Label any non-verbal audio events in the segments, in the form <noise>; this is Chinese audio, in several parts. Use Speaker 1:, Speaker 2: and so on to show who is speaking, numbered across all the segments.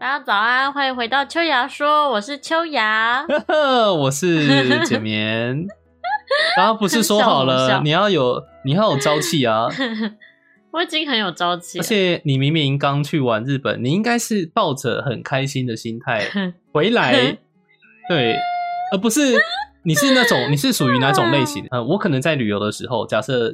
Speaker 1: 大家早安，欢迎回到秋芽说，我是秋
Speaker 2: <laughs>
Speaker 1: 芽。
Speaker 2: 呵呵，我是简
Speaker 1: <laughs>
Speaker 2: 棉。然后不是说好
Speaker 1: 很笑
Speaker 2: 了，
Speaker 1: 很
Speaker 2: 你要有你要有朝气
Speaker 1: <laughs>
Speaker 2: 啊！
Speaker 1: 我已经很有朝气
Speaker 2: 而
Speaker 1: 了，
Speaker 2: 且你明明刚去完日本，你应该是抱着很开心的
Speaker 1: <laughs>
Speaker 2: 心态回来，对，而不是你是那
Speaker 1: <laughs>
Speaker 2: 种你是属于哪种类型？
Speaker 1: 嗯
Speaker 2: 呃，我可能在旅游的时候，假设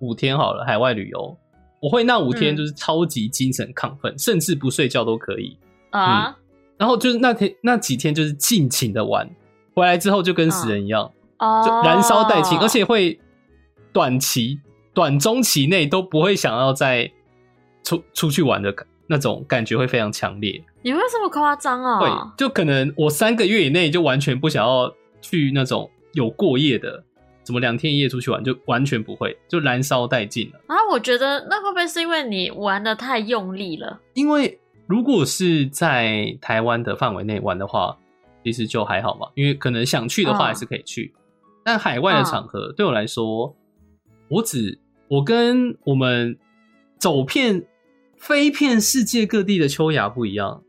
Speaker 2: 五天好了，海外旅游，我会那五天
Speaker 1: 嗯
Speaker 2: 就是超级精神亢奋，甚至不睡觉都可以。嗯
Speaker 1: 啊、
Speaker 2: 然后就是那天那几天就是尽情的玩，回来之后就跟
Speaker 1: 嗯
Speaker 2: 死人一样，就
Speaker 1: 哦，
Speaker 2: 燃烧殆尽，而且会短期、短中期内都不会想要再出出去玩的感那种感觉会非常强烈。
Speaker 1: 你会这么夸张
Speaker 2: 会
Speaker 1: 哦？
Speaker 2: 就可能我三个月以内就完全不想要去那种有过夜的，怎么两天一夜出去玩，就完全不会，就燃烧殆尽了。
Speaker 1: 啊，我觉得那会不会是因为你玩的太用力了？ <laughs>
Speaker 2: 因为如果是在台湾的范围内玩的话，其实就还好嘛，因为可能想去的
Speaker 1: 嗯
Speaker 2: 话还是可以去。但海外的场合、对我来说，我只我跟我们走遍飞遍世界各地的秋雅不一样，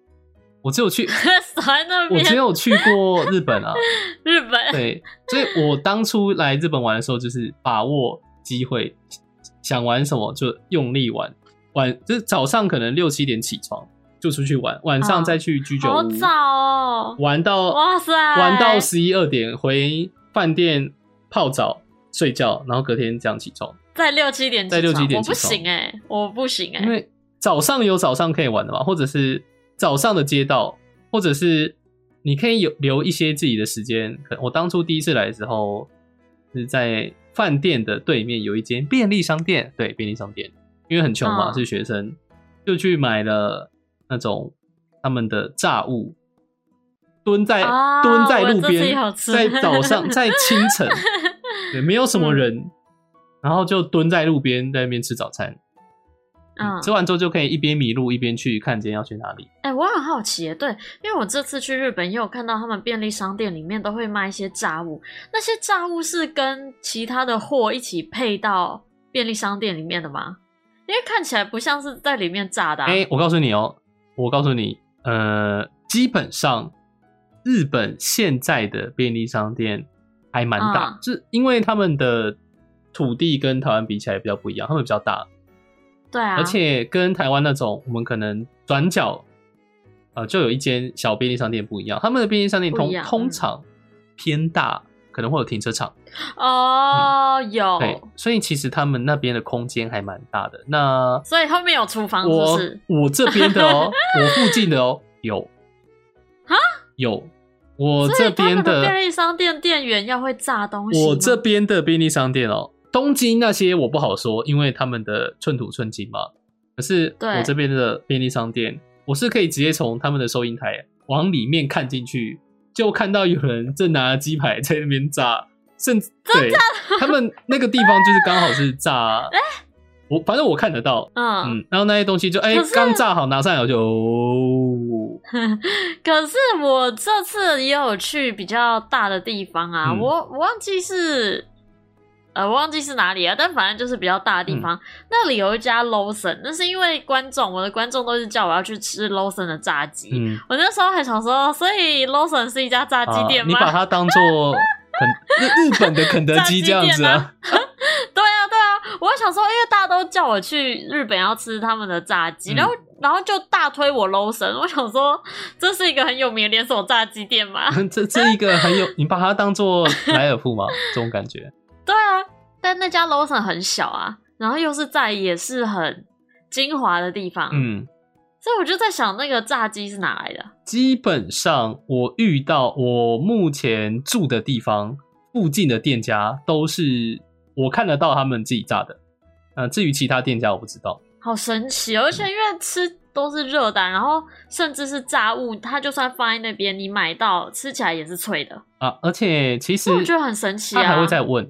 Speaker 2: 我只有去，
Speaker 1: 少在那
Speaker 2: 我
Speaker 1: 边，
Speaker 2: 只有去过日本啊，
Speaker 1: 日 <laughs> 本，
Speaker 2: 对，所以我当初来日本玩的时候，就是把握机会，想玩什么就用力玩，晚就是早上可能六七点起床就出去玩，晚上再去居酒屋，
Speaker 1: 啊好早哦！
Speaker 2: 玩到
Speaker 1: 哇塞
Speaker 2: 玩到十一二点回饭店泡澡睡觉，然后隔天这样起床，
Speaker 1: 在六七点起
Speaker 2: 在
Speaker 1: 床，
Speaker 2: 六七点
Speaker 1: 我不
Speaker 2: 起床
Speaker 1: 行哎、我不行哎、
Speaker 2: 因为早上有早上可以玩的嘛，或者是早上的街道，或者是你可以有留一些自己的时间。可我当初第一次来的时候是在饭店的对面有一间便利商店，对便利商店，因为很穷嘛，
Speaker 1: 嗯
Speaker 2: 是学生，就去买了那种他们的炸物。蹲在、
Speaker 1: 啊
Speaker 2: 蹲在
Speaker 1: 我
Speaker 2: 路
Speaker 1: 这次也
Speaker 2: 边
Speaker 1: 有，吃
Speaker 2: 在早
Speaker 1: <laughs>
Speaker 2: 上在清晨，对，没有什么人，然后就蹲在路边在那边吃早餐，
Speaker 1: 嗯，
Speaker 2: 吃完之后就可以一边迷路一边去看今天要去哪里。
Speaker 1: 哎、我很好奇耶，对，因为我这次去日本也有看到他们便利商店里面都会卖一些炸物，那些炸物是跟其他的货一起配到便利商店里面的吗？因为看起来不像是在里面炸的、啊。
Speaker 2: 哎、我告诉你哦，我告诉你，呃，基本上日本现在的便利商店还蛮大，
Speaker 1: 嗯
Speaker 2: 就是因为他们的土地跟台湾比起来比较不一样，他们比较大，
Speaker 1: 对啊，
Speaker 2: 而且跟台湾那种我们可能转角呃就有一间小便利商店不一样，他们的便利商店
Speaker 1: 不一
Speaker 2: 通
Speaker 1: 样嗯
Speaker 2: 通常偏大，可能会有停车场。
Speaker 1: 哦、有，
Speaker 2: 嗯对，所以其实他们那边的空间还蛮大的。那
Speaker 1: 所以后面有厨房是不
Speaker 2: 我
Speaker 1: 是？
Speaker 2: 我这边
Speaker 1: <laughs>
Speaker 2: 的哦，我附近的哦，有
Speaker 1: 啊
Speaker 2: 有，我
Speaker 1: 所以
Speaker 2: 这
Speaker 1: 他
Speaker 2: 边
Speaker 1: 们的
Speaker 2: 的
Speaker 1: 便利商店店员要会炸东西吗。
Speaker 2: 我这边的便利商店哦，东京那些我不好说，因为他们的寸土寸金嘛。可是
Speaker 1: 对
Speaker 2: 我这边的便利商店，我是可以直接从他们的收银台往里面看进去，就看到有人正拿着鸡排在那边炸，甚至对他们那个地方就是刚好是
Speaker 1: <laughs>
Speaker 2: 炸。我反正我看得到，
Speaker 1: 嗯，
Speaker 2: 嗯，然后那些东西就哎
Speaker 1: 可是
Speaker 2: 刚炸好拿上来我就哦，
Speaker 1: 可是我这次也有去比较大的地方啊，
Speaker 2: 嗯
Speaker 1: 我我忘记是，呃，我忘记是哪里啊，但反正就是比较大的地
Speaker 2: 嗯
Speaker 1: 方。那里有一家 Lawson，那是因为观众，我的观众都是叫我要去吃 Lawson 的炸鸡。
Speaker 2: 嗯，
Speaker 1: 我那时候还想说，所以 Lawson 是一家炸鸡
Speaker 2: 啊
Speaker 1: 店
Speaker 2: 你
Speaker 1: 吗？ <laughs>
Speaker 2: 把它当做肯日日本的肯德
Speaker 1: 炸鸡
Speaker 2: 基这样子
Speaker 1: 店
Speaker 2: 啊
Speaker 1: 啊。对啊，对啊，我想说，因为大家都叫我去日本要吃他们的炸鸡，
Speaker 2: 嗯
Speaker 1: 然后然后就大推我 Lawson，我想说这是一个很有名的连锁炸鸡店啊嘛。
Speaker 2: <laughs> 这这一个很有，你把它当做莱尔富嘛，这种感
Speaker 1: <laughs>
Speaker 2: 觉。
Speaker 1: 对啊，但那家 Lawson 很小啊，然后又是在也是很精华的地方，
Speaker 2: 嗯，
Speaker 1: 所以我就在想那个炸鸡是哪来的？
Speaker 2: 基本上我遇到我目前住的地方附近的店家都是我看得到他们自己炸的。呃，至于其他店家我不知道。
Speaker 1: 好神奇哦！而且
Speaker 2: 嗯
Speaker 1: 因为吃都是热的啊，然后甚至是炸物，它就算放在那边，你买到吃起来也是脆的，
Speaker 2: 啊，而且其实
Speaker 1: 所以我觉得很神奇
Speaker 2: 他
Speaker 1: 啊。
Speaker 2: 还会再问，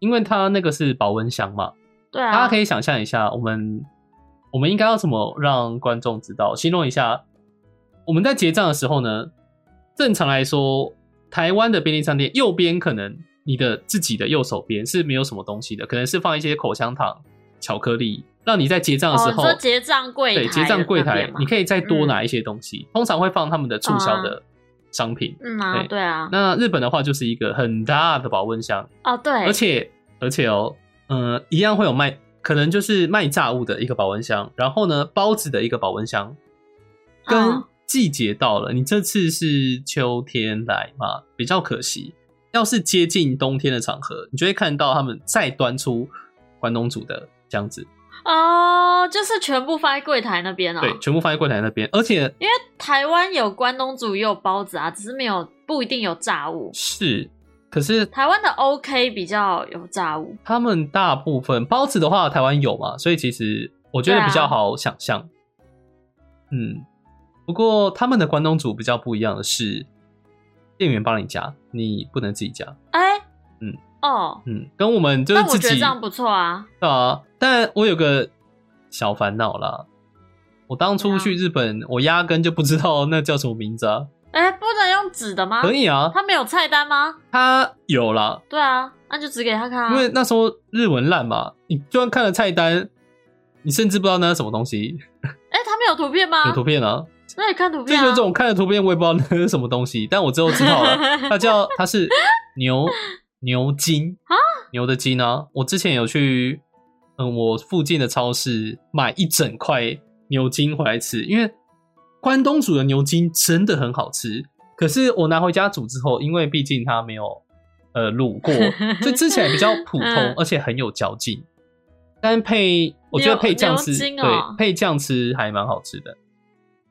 Speaker 2: 因为他那个是保温箱嘛，
Speaker 1: 对啊，
Speaker 2: 大家可以想象一下，我们我们应该要怎么让观众知道？形容一下，我们在结账的时候呢，正常来说，台湾的便利商店右边可能你的自己的右手边是没有什么东西的，可能是放一些口香糖巧克力，让你在结账的时候，
Speaker 1: 哦，你说结账柜台
Speaker 2: 对
Speaker 1: 的
Speaker 2: 结账柜
Speaker 1: 那
Speaker 2: 台
Speaker 1: 边，吗
Speaker 2: 你可以再多拿一些东西，通常会放他们的促销的商品。
Speaker 1: 嗯啊，
Speaker 2: 对
Speaker 1: 对啊，
Speaker 2: 那日本的话就是一个很大的保温箱，
Speaker 1: 哦对，
Speaker 2: 而且而且哦，呃，一样会有卖，可能就是卖炸物的一个保温箱，然后呢，包子的一个保温箱。跟
Speaker 1: 嗯
Speaker 2: 季节到了，你这次是秋天来嘛，比较可惜。要是接近冬天的场合，你就会看到他们再端出关东煮的箱子，
Speaker 1: 哦，就是全部放在柜台那边哦。
Speaker 2: 对，全部放在柜台那边，而且
Speaker 1: 因为台湾有关东煮也有包子啊，只是没有不一定有炸物。
Speaker 2: 是，可是
Speaker 1: 台湾的 OK 比较有炸物，
Speaker 2: 他们大部分包子的话，台湾有嘛，所以其实我觉得
Speaker 1: 对啊
Speaker 2: 比较好想象。嗯，不过他们的关东煮比较不一样的是，店员帮你夹，你不能自己夹。
Speaker 1: 哎、
Speaker 2: 嗯，
Speaker 1: 哦，
Speaker 2: 嗯，跟我们就是
Speaker 1: 但
Speaker 2: 自
Speaker 1: 我觉得
Speaker 2: 己
Speaker 1: 这样不错啊。
Speaker 2: 对啊，但我有个小烦恼啦。我当初去
Speaker 1: 怎
Speaker 2: 日本，我压根就不知道那叫什么名字啊。
Speaker 1: 哎、不能用纸的吗？
Speaker 2: 可以啊，
Speaker 1: 他没有菜单吗？
Speaker 2: 它有啦，
Speaker 1: 对啊，那就指给他看啊。
Speaker 2: 因为那时候日文烂嘛，你就算看了菜单，你甚至不知道那是什么东西，
Speaker 1: 哎、他们有图片吗？
Speaker 2: 有图片啊。
Speaker 1: 那你看图
Speaker 2: 这
Speaker 1: 片、啊。
Speaker 2: 就是这种看了图片，我也不知道那是什么东西，但我之后知道了，
Speaker 1: <laughs>
Speaker 2: 它叫它是牛牛筋
Speaker 1: 啊，
Speaker 2: 牛的筋啊。我之前有去，嗯，我附近的超市买一整块牛筋回来吃，因为关东煮的牛筋真的很好吃。可是我拿回家煮之后，因为毕竟它没有呃
Speaker 1: <laughs>
Speaker 2: 卤过，所以吃起来比较普通，
Speaker 1: 嗯
Speaker 2: 而且很有嚼劲。但配我觉得
Speaker 1: 牛
Speaker 2: 配酱吃，
Speaker 1: 牛筋哦
Speaker 2: 对，配酱吃还蛮好吃的，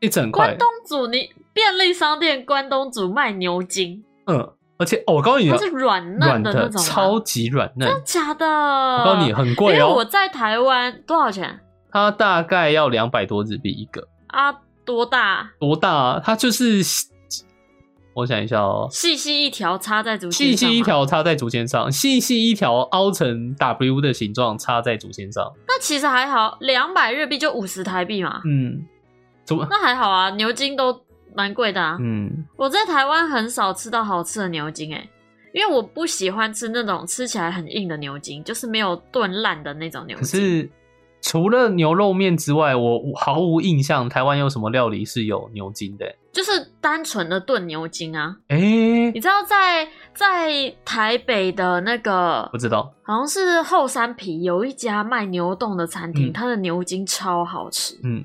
Speaker 2: 一整块
Speaker 1: 关。东煮，你便利商店关东煮卖牛筋，
Speaker 2: 嗯，而且、哦我告诉你
Speaker 1: 它
Speaker 2: 啊，
Speaker 1: 是软
Speaker 2: 软
Speaker 1: 嫩那种吗，
Speaker 2: 超级软嫩。
Speaker 1: 真的假的？
Speaker 2: 我
Speaker 1: 我
Speaker 2: 告诉你，很贵
Speaker 1: 因为我
Speaker 2: 哦，
Speaker 1: 在台湾多少钱
Speaker 2: 它大概要两百多日币一个，
Speaker 1: 啊？多大？
Speaker 2: 多大、啊？它就是，我想一下哦，
Speaker 1: 细细一条插在竹
Speaker 2: 细
Speaker 1: 签上吗
Speaker 2: 细一，条插在竹签上，细细一条凹成 W 的形状插在竹签上。
Speaker 1: 那其实还好，两百日币就五十台币嘛，
Speaker 2: 嗯，怎么？
Speaker 1: 那还好啊。牛筋都蛮贵的啊。
Speaker 2: 嗯，
Speaker 1: 我在台湾很少吃到好吃的牛筋、欸，因为我不喜欢吃那种吃起来很硬的牛筋，就是没有炖烂的那种牛
Speaker 2: 可
Speaker 1: 筋。
Speaker 2: 是除了牛肉面之外，我我毫无印象台湾有什么料理是有牛筋的、欸。
Speaker 1: 就是单纯的炖牛筋啊。
Speaker 2: 哎、
Speaker 1: 你知道在在台北的那个
Speaker 2: 不知道。
Speaker 1: 好像是后山皮有一家卖牛冻的餐厅，
Speaker 2: 嗯
Speaker 1: 它的牛筋超好吃，
Speaker 2: 嗯，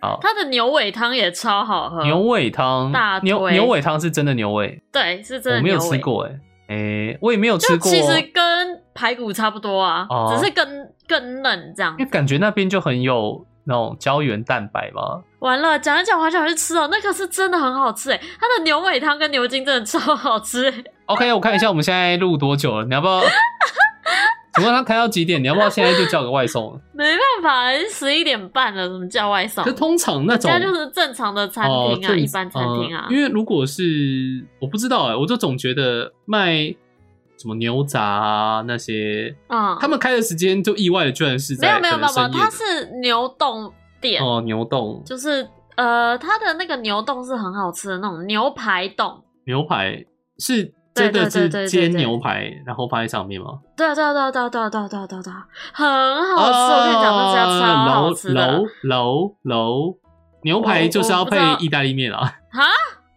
Speaker 2: 好。
Speaker 1: 它的牛尾汤也超好喝。
Speaker 2: 牛尾汤
Speaker 1: 大，腿
Speaker 2: 牛牛尾汤是真的牛尾，
Speaker 1: 对是真
Speaker 2: 我
Speaker 1: 的
Speaker 2: 没
Speaker 1: 牛
Speaker 2: 有
Speaker 1: 尾，
Speaker 2: 吃过哎、诶，我也没有吃
Speaker 1: 就
Speaker 2: 过，
Speaker 1: 其实跟排骨差不多啊，
Speaker 2: 哦
Speaker 1: 只是更更嫩这样
Speaker 2: 因为。感觉那边就很有那种胶原蛋白嘛。
Speaker 1: 完了，讲一讲，我好想去吃哦，那个是真的很好吃哎，它的牛尾汤跟牛筋真的超好吃诶。
Speaker 2: OK，我看一下我们现在录多久了，你要
Speaker 1: <laughs>
Speaker 2: 不要？请问他开到几点？你要不要现在就叫个
Speaker 1: <laughs>
Speaker 2: 外送？
Speaker 1: 没办法，十一点半了，怎么叫外送
Speaker 2: 可？是通常那
Speaker 1: 人
Speaker 2: 种
Speaker 1: 家就是正常的餐
Speaker 2: 哦
Speaker 1: 厅啊，
Speaker 2: 正
Speaker 1: 一般餐厅啊
Speaker 2: 呃。因为如果是我不知道哎、我就总觉得卖什么牛杂啊那些，
Speaker 1: 嗯，
Speaker 2: 他们开的时间就意外的居然是
Speaker 1: 没
Speaker 2: 在
Speaker 1: 有没有
Speaker 2: 可
Speaker 1: 没有没
Speaker 2: 能
Speaker 1: 有，
Speaker 2: 深夜的
Speaker 1: 它是牛冻店，
Speaker 2: 哦牛冻
Speaker 1: 就是呃，它的那个牛冻是很好吃的那种牛排冻。
Speaker 2: 牛排是
Speaker 1: 对
Speaker 2: 真的
Speaker 1: 对
Speaker 2: 是
Speaker 1: 对对对
Speaker 2: 煎
Speaker 1: 对
Speaker 2: 牛排，然后放在上面吗？
Speaker 1: 对对对对对对对对对，很好吃！哦我跟你讲，那家超好吃
Speaker 2: 啊
Speaker 1: 的
Speaker 2: 楼楼楼楼牛排就是要配意大利面啊，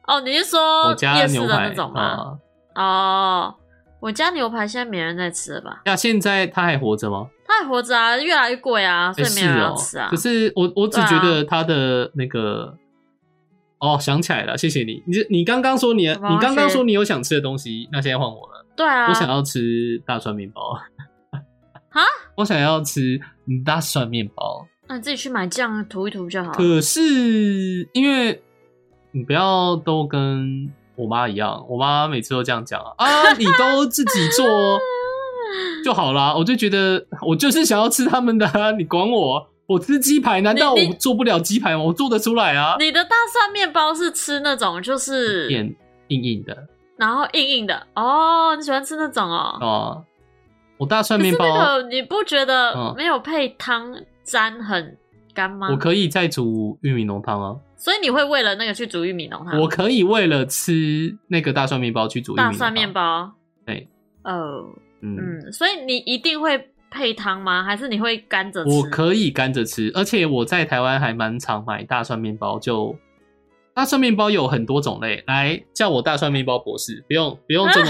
Speaker 1: 哦。你是说
Speaker 2: 我家
Speaker 1: 夜市
Speaker 2: 牛
Speaker 1: 的那
Speaker 2: 排
Speaker 1: 种吗？
Speaker 2: 啊。
Speaker 1: 哦，我家牛排现在没人在吃了吧？
Speaker 2: 那现在它还活着吗？
Speaker 1: 它还活着啊，越来越贵啊，
Speaker 2: 哎
Speaker 1: 所以没
Speaker 2: 是
Speaker 1: 有人
Speaker 2: 哦
Speaker 1: 要吃啊
Speaker 2: 可。是我我只
Speaker 1: 对啊
Speaker 2: 觉得它的那个。哦，想起来了，谢谢你。你你刚刚说你
Speaker 1: 什么东西
Speaker 2: 你刚刚说你有想吃的东西，那现在换我了。
Speaker 1: 对啊
Speaker 2: 我，想要吃大蒜面包。
Speaker 1: 啊？
Speaker 2: <laughs> 我想要吃大蒜面包。
Speaker 1: 那你自己去买酱涂一涂就好了。
Speaker 2: 可是因为你不要都跟我妈一样，我妈每次都这样
Speaker 1: <laughs>
Speaker 2: 讲啊，啊，你都自己做哦就好啦。我就觉得我就是想要吃他们的、啊，你管我？我吃鸡排，难道
Speaker 1: 你
Speaker 2: 我做不了鸡排吗？我做得出来啊，
Speaker 1: 你的大蒜面包是吃那种就是
Speaker 2: 点硬硬的
Speaker 1: 然后硬硬的哦，你喜欢吃那种哦？
Speaker 2: 啊。我大蒜
Speaker 1: 可
Speaker 2: 面
Speaker 1: 是
Speaker 2: 包，啊
Speaker 1: 那个你不觉得
Speaker 2: 嗯
Speaker 1: 没有配汤沾很干吗
Speaker 2: 我？可以再煮玉米浓汤啊，
Speaker 1: 所以你会为了那个去煮玉米浓汤？
Speaker 2: 我可以为了吃那个大蒜面包去煮玉米
Speaker 1: 啊
Speaker 2: 浓
Speaker 1: 大
Speaker 2: 汤
Speaker 1: 蒜面，包，
Speaker 2: 对，
Speaker 1: 哦，
Speaker 2: 嗯
Speaker 1: 嗯，所以你一定会配汤吗？还是你会干着吃？
Speaker 2: 我可以干着吃，而且我在台湾还蛮常买大蒜面包，就大蒜面包有很多种类，来叫我大蒜面包博士，不用不用
Speaker 1: <laughs>
Speaker 2: 这么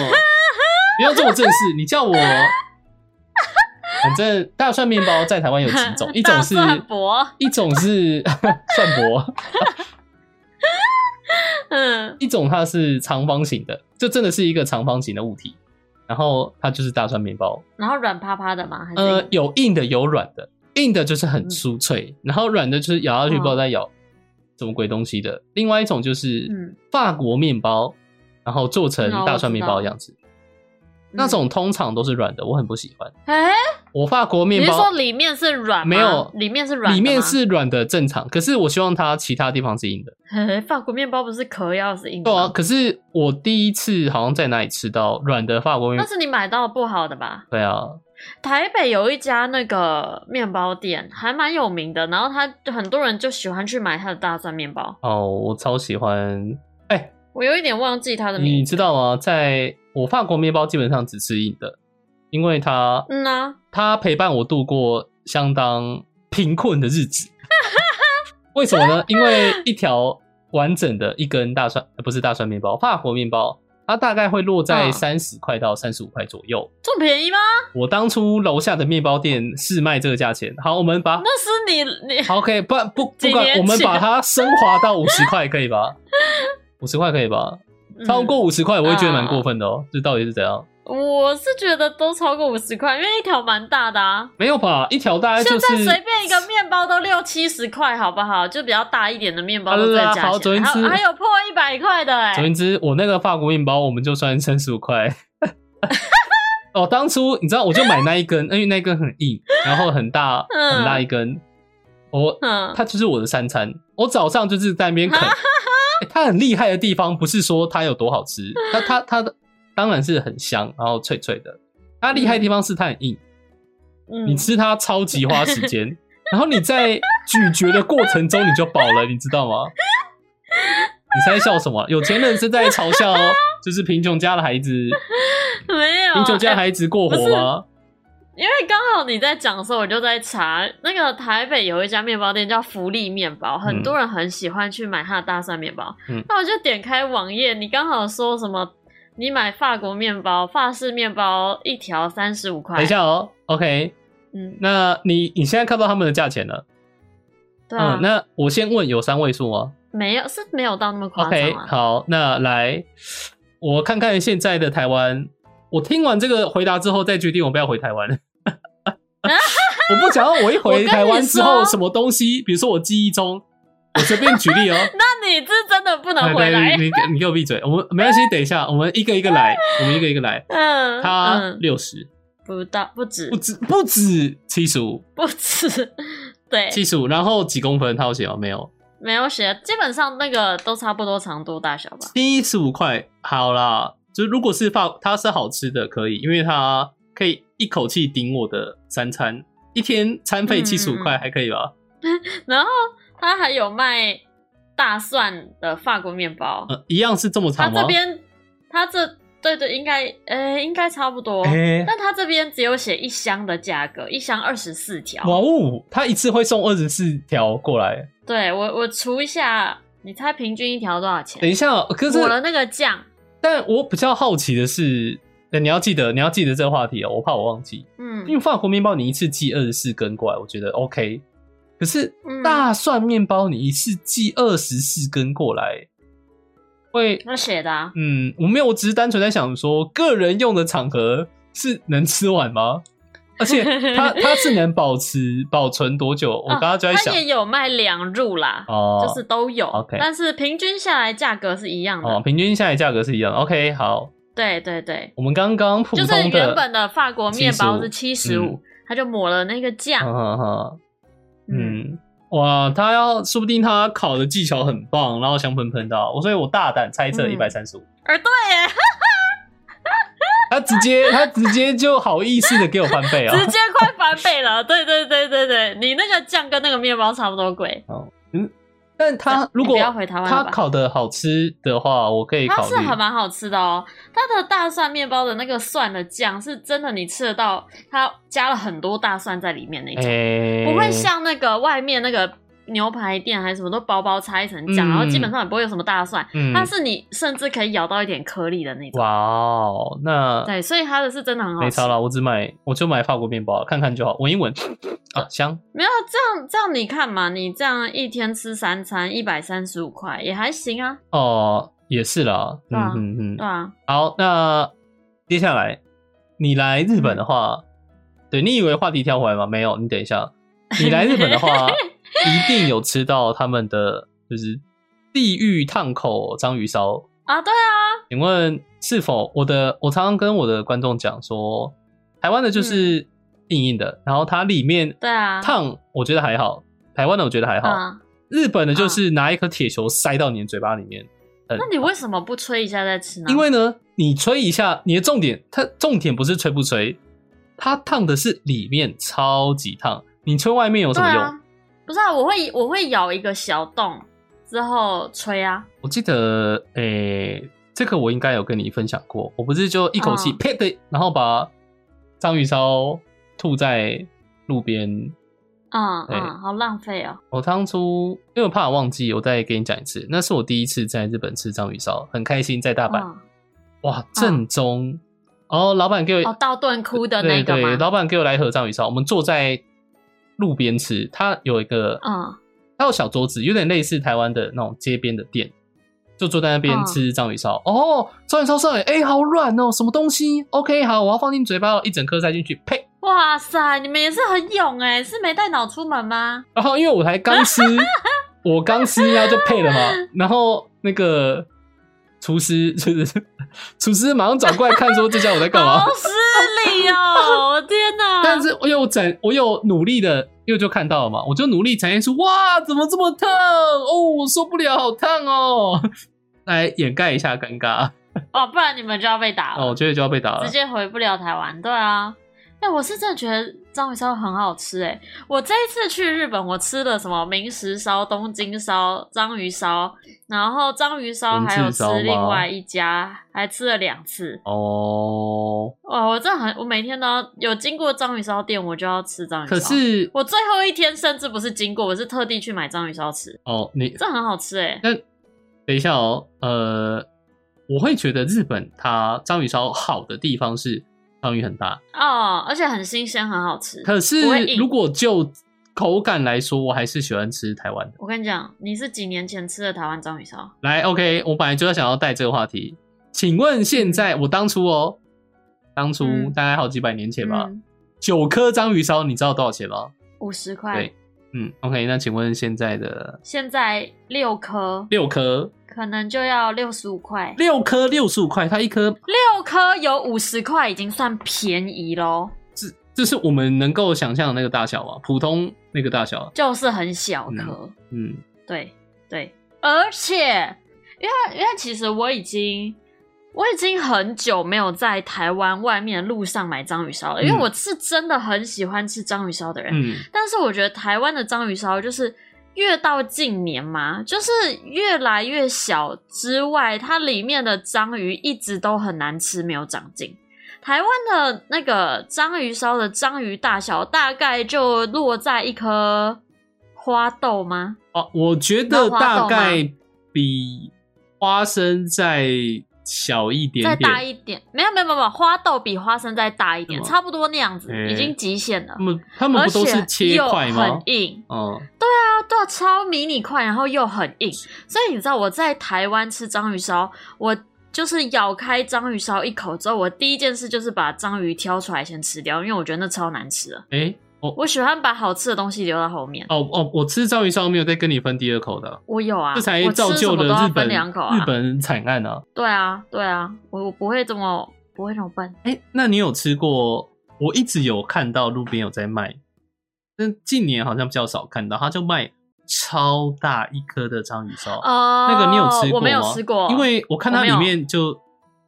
Speaker 2: 不用这么正式，你叫我，反正大蒜面包在台湾有几
Speaker 1: <laughs>
Speaker 2: 种，一种是
Speaker 1: 大蒜薄
Speaker 2: 一种是 <laughs> 蒜薄，
Speaker 1: 嗯，
Speaker 2: 一种它是长方形的，这真的是一个长方形的物体，然后它就是大蒜面包，
Speaker 1: 然后软趴趴的吗？还是
Speaker 2: 呃，有硬的有软的，硬的就是
Speaker 1: 嗯
Speaker 2: 很酥脆，然后软的就是咬下去
Speaker 1: 哦
Speaker 2: 不知道在咬什么鬼东西的。另外一种就是
Speaker 1: 嗯
Speaker 2: 法国面包，然后做成
Speaker 1: 嗯哦
Speaker 2: 大
Speaker 1: 我
Speaker 2: 蒜
Speaker 1: 知
Speaker 2: 面包
Speaker 1: 道嗯
Speaker 2: 的样子，那种通常都是软的，我很不喜欢。
Speaker 1: 哎、
Speaker 2: 我法国
Speaker 1: 你
Speaker 2: 面
Speaker 1: 是
Speaker 2: 包
Speaker 1: 说里面是软吗？
Speaker 2: 没有
Speaker 1: 里面是软的吗，
Speaker 2: 里面是软的正常，可是我希望它其他地方是硬的。
Speaker 1: 嘿 <laughs> 法国面包不是壳要是硬的
Speaker 2: 对啊，
Speaker 1: 吗？
Speaker 2: 可是我第一次好像在哪里吃到软的法国面
Speaker 1: 那
Speaker 2: 包，
Speaker 1: 是你买到不好的吧？
Speaker 2: 对啊，
Speaker 1: 台北有一家那个面包店还蛮有名的，然后他很多人就喜欢去买他的大蒜面包。
Speaker 2: 哦，我超喜欢。哎，
Speaker 1: 我有一点忘记他的名
Speaker 2: 你
Speaker 1: 字。
Speaker 2: 知道吗？在我法国面包基本上只吃硬的，因为它
Speaker 1: 嗯呐、
Speaker 2: 它陪伴我度过相当贫困的日子。 <laughs> 为什么
Speaker 1: <laughs>
Speaker 2: 呢？因为一条完整的一根大蒜，呃不是大蒜面包，法国面包，它大概会落在
Speaker 1: 嗯
Speaker 2: 三十块到三十五块左右。
Speaker 1: 这么便宜吗？
Speaker 2: 我当初楼下的面包店是卖这个价钱。好，我们把
Speaker 1: 那是你你
Speaker 2: 好可以，不然不不
Speaker 1: 几
Speaker 2: 管，
Speaker 1: 年
Speaker 2: 我们
Speaker 1: 前
Speaker 2: 把它升华到五十块，可以
Speaker 1: <laughs>
Speaker 2: 吧？五十块可以吧？超、过五十块，我会觉得蛮过分的哦。这到底是怎样？
Speaker 1: 嗯我是觉得都超过五十块，因为一条蛮大的啊。
Speaker 2: 没有吧？一条大概就
Speaker 1: 现在
Speaker 2: 是
Speaker 1: 随便一个面包都六七十块，好不好？就比较大一点的面包都
Speaker 2: 好
Speaker 1: 在
Speaker 2: 啦
Speaker 1: 加
Speaker 2: 好昨
Speaker 1: 钱，
Speaker 2: 天
Speaker 1: 还
Speaker 2: 吃
Speaker 1: 有还有破一百块的哎、
Speaker 2: 总而言之，我那个法国面包，我们就算三十五块。 <laughs> 哦，当初你知道，我就买那一根，因为那一根很硬，然后很大
Speaker 1: 嗯
Speaker 2: 很大一根。我
Speaker 1: 嗯，
Speaker 2: 它就是我的三餐，我早上就是在那边啃。欸它很厉害的地方，不是说它有多好吃，它它它的当然是很香，然后脆脆的。它厉害的地方是它很硬，
Speaker 1: 嗯
Speaker 2: 你吃它超级花时间，然后你在咀嚼的过程中你就饱了，你知道吗？你猜笑什么？有钱人是在嘲笑，就是贫穷家的
Speaker 1: <laughs>
Speaker 2: 孩子，
Speaker 1: <laughs> 没有？
Speaker 2: 贫穷家
Speaker 1: 哎
Speaker 2: 的孩子过活吗？
Speaker 1: 因为刚好你在讲的时候，我就在查那个台北有一家面包店叫福利面包，很多人很喜欢去买它的大蒜面包。
Speaker 2: 嗯
Speaker 1: 那我就点开网页，你刚好说什么？你买法国面包、法式面包一条三十五块。
Speaker 2: 等一，下哦，OK，
Speaker 1: 嗯，
Speaker 2: 那你你现在看到他们的价钱了，
Speaker 1: 对啊，
Speaker 2: 嗯，那我先问，有三位数吗？
Speaker 1: 没有是没有到那么夸张
Speaker 2: OK，
Speaker 1: 啊。
Speaker 2: 好，那来，我看看现在的台湾。我听完这个回答之后，再决定我不要回
Speaker 1: <laughs>
Speaker 2: 台湾。我不想要我一
Speaker 1: 我
Speaker 2: 回
Speaker 1: 跟你
Speaker 2: 台湾之后，
Speaker 1: 说
Speaker 2: 什么东西，比如说我记忆中，我随便举例哦、
Speaker 1: 那你是真的不能 <laughs> 回
Speaker 2: 对
Speaker 1: 来
Speaker 2: 对，。你你给我闭嘴。我们没关系，等一下，我们一个一个来，我们一个一个来。
Speaker 1: 嗯，
Speaker 2: 他
Speaker 1: 嗯
Speaker 2: 六十，
Speaker 1: 不到不止
Speaker 2: 啊不止不止七十五，
Speaker 1: 不止， <laughs> 对，
Speaker 2: 七十五。然后几公分？他有写哦吗？没有，
Speaker 1: 没有写，基本上那个都差不多长度大小吧。
Speaker 2: 七十五块，好啦，就如果是法，它是好吃的，可以，因为它可以一口气顶我的三餐，一天餐费
Speaker 1: 嗯
Speaker 2: 七十五块，还可以吧？
Speaker 1: 然后他还有卖大蒜的法国面包，
Speaker 2: 呃，一样是这么
Speaker 1: 他
Speaker 2: 长吗
Speaker 1: 这？边他这对对应该呃应该差不多，
Speaker 2: 哎
Speaker 1: 但他这边只有写一箱的价格，一箱二十四条。
Speaker 2: 哇哦，他一次会送二十四条过来。
Speaker 1: 对我我除一下，你猜平均一条多少
Speaker 2: 等
Speaker 1: 钱？
Speaker 2: 一下，可是
Speaker 1: 抹，了那个酱，
Speaker 2: 但我比较好奇的是，呃你要记得，你要记得这个话题哦，我怕我忘记。因
Speaker 1: 嗯
Speaker 2: 为法国面包你一次寄二十四根过来，我觉得 OK。可是
Speaker 1: 嗯
Speaker 2: 大蒜面包你一次寄二十四根过来，会
Speaker 1: 我写的、啊，
Speaker 2: 嗯，我没有，我只是单纯在想说，个人用的场合是能吃完吗？
Speaker 1: <laughs>
Speaker 2: 而且它它是能保持保存多久？我
Speaker 1: 哦
Speaker 2: 刚刚就在
Speaker 1: 他
Speaker 2: 想，
Speaker 1: 也有卖两入啦。
Speaker 2: 哦，
Speaker 1: 就是都有
Speaker 2: OK
Speaker 1: 但是平均下来价格是一样的。
Speaker 2: 哦，平均下来价格是一样的。OK，好，
Speaker 1: 对对对，
Speaker 2: 我们刚刚普
Speaker 1: 就
Speaker 2: 通
Speaker 1: 是
Speaker 2: 的，
Speaker 1: 原本的法国面包是七十
Speaker 2: 75
Speaker 1: 五，他就抹了那个
Speaker 2: 嗯
Speaker 1: 酱，
Speaker 2: 哼哼，嗯，哇，他要说不定他烤的技巧很棒，然后香喷喷的哦，我所以我大胆猜测
Speaker 1: 嗯
Speaker 2: 一百三十五，
Speaker 1: 而对耶，
Speaker 2: 他直接他直接就好意思的给我翻倍啊，
Speaker 1: 直接 <laughs> 快翻倍了。对对对对对，你那个酱跟那个面包差不多贵。
Speaker 2: 但它如
Speaker 1: 你
Speaker 2: 果
Speaker 1: 不要回台湾
Speaker 2: 它
Speaker 1: 了吧
Speaker 2: 烤的好吃的话，我可以
Speaker 1: 它
Speaker 2: 考
Speaker 1: 是。
Speaker 2: 虑
Speaker 1: 还蛮好吃的哦，它的大蒜面包的那个蒜的酱是真的，你吃得到，它加了很多大蒜在里面那种，
Speaker 2: 哎，
Speaker 1: 不会像那个外面那个牛排店还是什么都薄薄擦一层酱，
Speaker 2: 嗯
Speaker 1: 然后基本上也不会有什么大蒜，
Speaker 2: 嗯，
Speaker 1: 但是你甚至可以咬到一点颗粒的那种。
Speaker 2: 哇哦，那
Speaker 1: 对，所以它的是真的很好
Speaker 2: 没
Speaker 1: 吃
Speaker 2: 差。了，我只买我就买法国面包，看看就好，
Speaker 1: <laughs>
Speaker 2: 闻一闻啊，香。
Speaker 1: 没有这样，这样你看嘛，你这样一天吃三餐，一百三十五块也还行啊，
Speaker 2: 哦，也是啦，
Speaker 1: 对啊
Speaker 2: 嗯嗯
Speaker 1: 对
Speaker 2: 嗯。
Speaker 1: 啊，
Speaker 2: 好，那接下来你来日本的话，
Speaker 1: 嗯
Speaker 2: 对你以为话题跳回来吗？没有，你等一下，你来日本
Speaker 1: <laughs>
Speaker 2: 的话，一定有吃到他们的就是地狱烫口章鱼烧。
Speaker 1: 啊对啊，
Speaker 2: 请问是否我的我常常跟我的观众讲说，台湾的就是硬硬的，然后它里面
Speaker 1: 对嗯啊，
Speaker 2: 烫，我觉得还好，台湾的我觉得还好，
Speaker 1: 啊，
Speaker 2: 日本的就是拿一颗铁球塞到你的嘴巴里面，
Speaker 1: 那你为什么不吹一下再吃呢？
Speaker 2: 因为呢，你吹一下，你的重点，它重点不是吹不吹，它烫的是里面超级烫，你吹外面有什
Speaker 1: 对
Speaker 2: 么用？
Speaker 1: 啊，不是啊，我会我会咬一个小洞之后吹啊，
Speaker 2: 我记得，诶、这个我应该有跟你分享过，我不是就一口气
Speaker 1: 嗯
Speaker 2: 啪的，然后把章鱼烧吐在路边。
Speaker 1: 嗯
Speaker 2: 对
Speaker 1: 嗯，好浪费哦。
Speaker 2: 我当初因为我怕我忘记，我再给你讲一次，那是我第一次在日本吃章鱼烧，很开心，在大阪，
Speaker 1: 嗯
Speaker 2: 哇，正宗。哦，老板给我
Speaker 1: 哦，道顿窟的那个
Speaker 2: 对对，
Speaker 1: 吗？
Speaker 2: 老板给我来一盒章鱼烧，我们坐在路边吃。它有一个，
Speaker 1: 嗯
Speaker 2: 它有小桌子，有点类似台湾的那种街边的店，就坐在那边
Speaker 1: 嗯
Speaker 2: 吃章鱼烧。哦，章鱼烧上来，哎、好软哦，什么东西？OK，好，我要放进嘴巴了，一整颗塞进去，呸！
Speaker 1: 哇塞，你们也是很勇哎、是没带脑出门吗？
Speaker 2: 然后因为我才刚吃，我刚吃然后就配了嘛，然后那个厨师就是 <laughs> 厨师马上转过来看说这家我在干嘛
Speaker 1: 好？失礼
Speaker 2: <laughs>
Speaker 1: 哦！我天哪！
Speaker 2: 但是我有整，我有努力的，因为就看到了嘛，我就努力展现出哇，怎么这么烫哦，我受不了，好烫哦， <laughs> 来掩盖一下尴尬
Speaker 1: 哦，不然你们就要被打
Speaker 2: 哦，
Speaker 1: 了，
Speaker 2: 我觉得就要被打了
Speaker 1: 直。接回不了台湾。对啊，哎、我是真的觉得章鱼烧很好吃哎、我这一次去日本，我吃了什么明石烧、东京烧、章鱼烧，然后章鱼烧还有
Speaker 2: 文字
Speaker 1: 吃
Speaker 2: 烧吗啊
Speaker 1: 另外一家，还吃了两次。
Speaker 2: 哦，
Speaker 1: 哇，我真的很，我每天都要有经过章鱼烧店，我就要吃章鱼烧。
Speaker 2: 可是
Speaker 1: 我最后一天甚至不是经过，我是特地去买章鱼烧吃，
Speaker 2: 哦，你
Speaker 1: 这很好吃哎、
Speaker 2: 那等一下哦，呃，我会觉得日本它章鱼烧好的地方是章鱼很大，
Speaker 1: 哦，而且很新鲜，很好吃。
Speaker 2: 可是
Speaker 1: 不会硬
Speaker 2: 如果就口感来说，我还是喜欢吃台湾的。
Speaker 1: 我跟你讲，你是几年前吃的台湾章鱼烧？
Speaker 2: 来，OK，我本来就要想要带这个话题，请问现在、我当初哦，当初
Speaker 1: 嗯
Speaker 2: 大概好几百年前吧，
Speaker 1: 嗯？
Speaker 2: 九颗章鱼烧，你知道多少钱吗？
Speaker 1: 五十块
Speaker 2: 对。，嗯，OK，那请问现在的
Speaker 1: 现在六颗，
Speaker 2: 六颗，
Speaker 1: 可能就要六十五块。
Speaker 2: 六颗六十五块，它一颗，
Speaker 1: 六颗有五十块，已经算便宜喽，
Speaker 2: 这这是我们能够想象的那个大小吗？啊普通那个大小，啊
Speaker 1: 就是很小颗。
Speaker 2: 嗯，
Speaker 1: 对对，而且因为因为其实我已经我已经很久没有在台湾外面的路上买章鱼烧了，因为
Speaker 2: 嗯
Speaker 1: 我是真的很喜欢吃章鱼烧的人。
Speaker 2: 嗯，
Speaker 1: 但是我觉得台湾的章鱼烧就是越到近年嘛，就是越来越小之外，它里面的章鱼一直都很难吃，没有长进。台湾的那个章鱼烧的章鱼大小大概就落在一颗花豆吗？
Speaker 2: 哦，我觉得
Speaker 1: 那花
Speaker 2: 大
Speaker 1: 豆吗
Speaker 2: 概比花生再小一点
Speaker 1: 再
Speaker 2: 点，
Speaker 1: 大一点？没有没有没有没有，花豆比花生再大一点，
Speaker 2: 是吗
Speaker 1: 差不多那样子，
Speaker 2: 诶
Speaker 1: 已经极限了
Speaker 2: 他。们他们
Speaker 1: 而
Speaker 2: 不都是
Speaker 1: 且
Speaker 2: 切
Speaker 1: 又
Speaker 2: 块吗
Speaker 1: 很？硬，
Speaker 2: 嗯。
Speaker 1: 它都啊超迷你块，然后又很硬，所以你知道我在台湾吃章鱼烧，我就是咬开章鱼烧一口之后，我第一件事就是把章鱼挑出来先吃掉，因为我觉得那超难吃的。
Speaker 2: 哎、我
Speaker 1: 我喜欢把好吃的东西留到后面。
Speaker 2: 哦哦，我吃章鱼烧没有再跟你分第二口的啊、
Speaker 1: 我有啊，
Speaker 2: 这才
Speaker 1: 我吃
Speaker 2: 造
Speaker 1: 什
Speaker 2: 就
Speaker 1: 么
Speaker 2: 了
Speaker 1: 都要
Speaker 2: 日
Speaker 1: 分
Speaker 2: 本、
Speaker 1: 两口啊
Speaker 2: 日。本惨案啊！
Speaker 1: 对啊，对啊，我我不会这么不会这么笨。
Speaker 2: 哎、那你有吃过？我一直有看到路边有在卖，但近年好像比较少看到，他就卖超大一颗的章鱼烧。
Speaker 1: 哦，
Speaker 2: 那个你有吃过吗？
Speaker 1: 我没有吃过，
Speaker 2: 因为我看它
Speaker 1: 哦我没
Speaker 2: 里
Speaker 1: 有
Speaker 2: 面就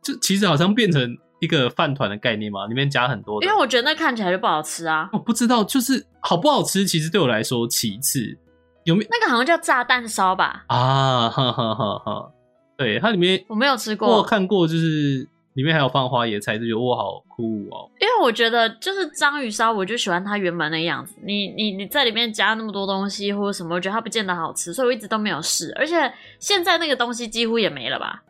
Speaker 2: 就其实好像变成一个饭团的概念嘛，里面加很多的。
Speaker 1: 因为我觉得那看起来就不好吃啊。
Speaker 2: 我不知道，就是好不好吃，其实对我来说其次。有没有
Speaker 1: 那个好像叫炸弹烧吧，
Speaker 2: 啊？哈哈哈哈，对，它里面
Speaker 1: 我没有吃
Speaker 2: 我有
Speaker 1: 过，
Speaker 2: 看过，就是里面还有放花椰菜，就觉得哇，好酷哦。
Speaker 1: 因为我觉得就是章鱼烧，我就喜欢它原本的样子。你你你在里面加那么多东西或者什么，我觉得它不见得好吃，所以我一直都没有试。而且现在那个东西几乎也没了吧？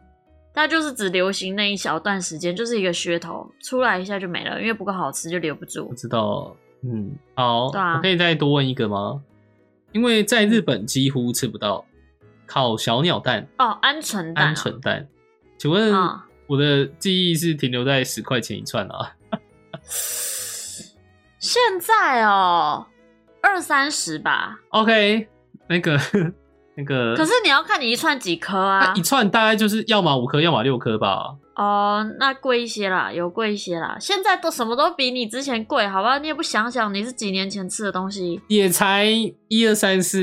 Speaker 1: 它就是只流行那一小段时间，就是一个噱头，出来一下就没了，因为不够好吃就留不住
Speaker 2: 不。知道，嗯，好，
Speaker 1: 对啊
Speaker 2: 我可以再多问一个吗？因为在日本几乎吃不到烤小鸟蛋、
Speaker 1: 哦，鹌鹑蛋、
Speaker 2: 鹌
Speaker 1: 啊，
Speaker 2: 鹑蛋。请问
Speaker 1: 嗯
Speaker 2: 我的记忆是停留在十块钱一串啊？
Speaker 1: 现在哦二三十吧，
Speaker 2: OK，那个那个，
Speaker 1: 可是你要看你一串几颗啊
Speaker 2: 它一。串大概就是要么五颗，要么六颗吧。
Speaker 1: 哦，那贵一些啦，有贵一些啦。现在都什么都比你之前贵，好吧？你也不想想你是几年前吃的东西，
Speaker 2: 也才一二三四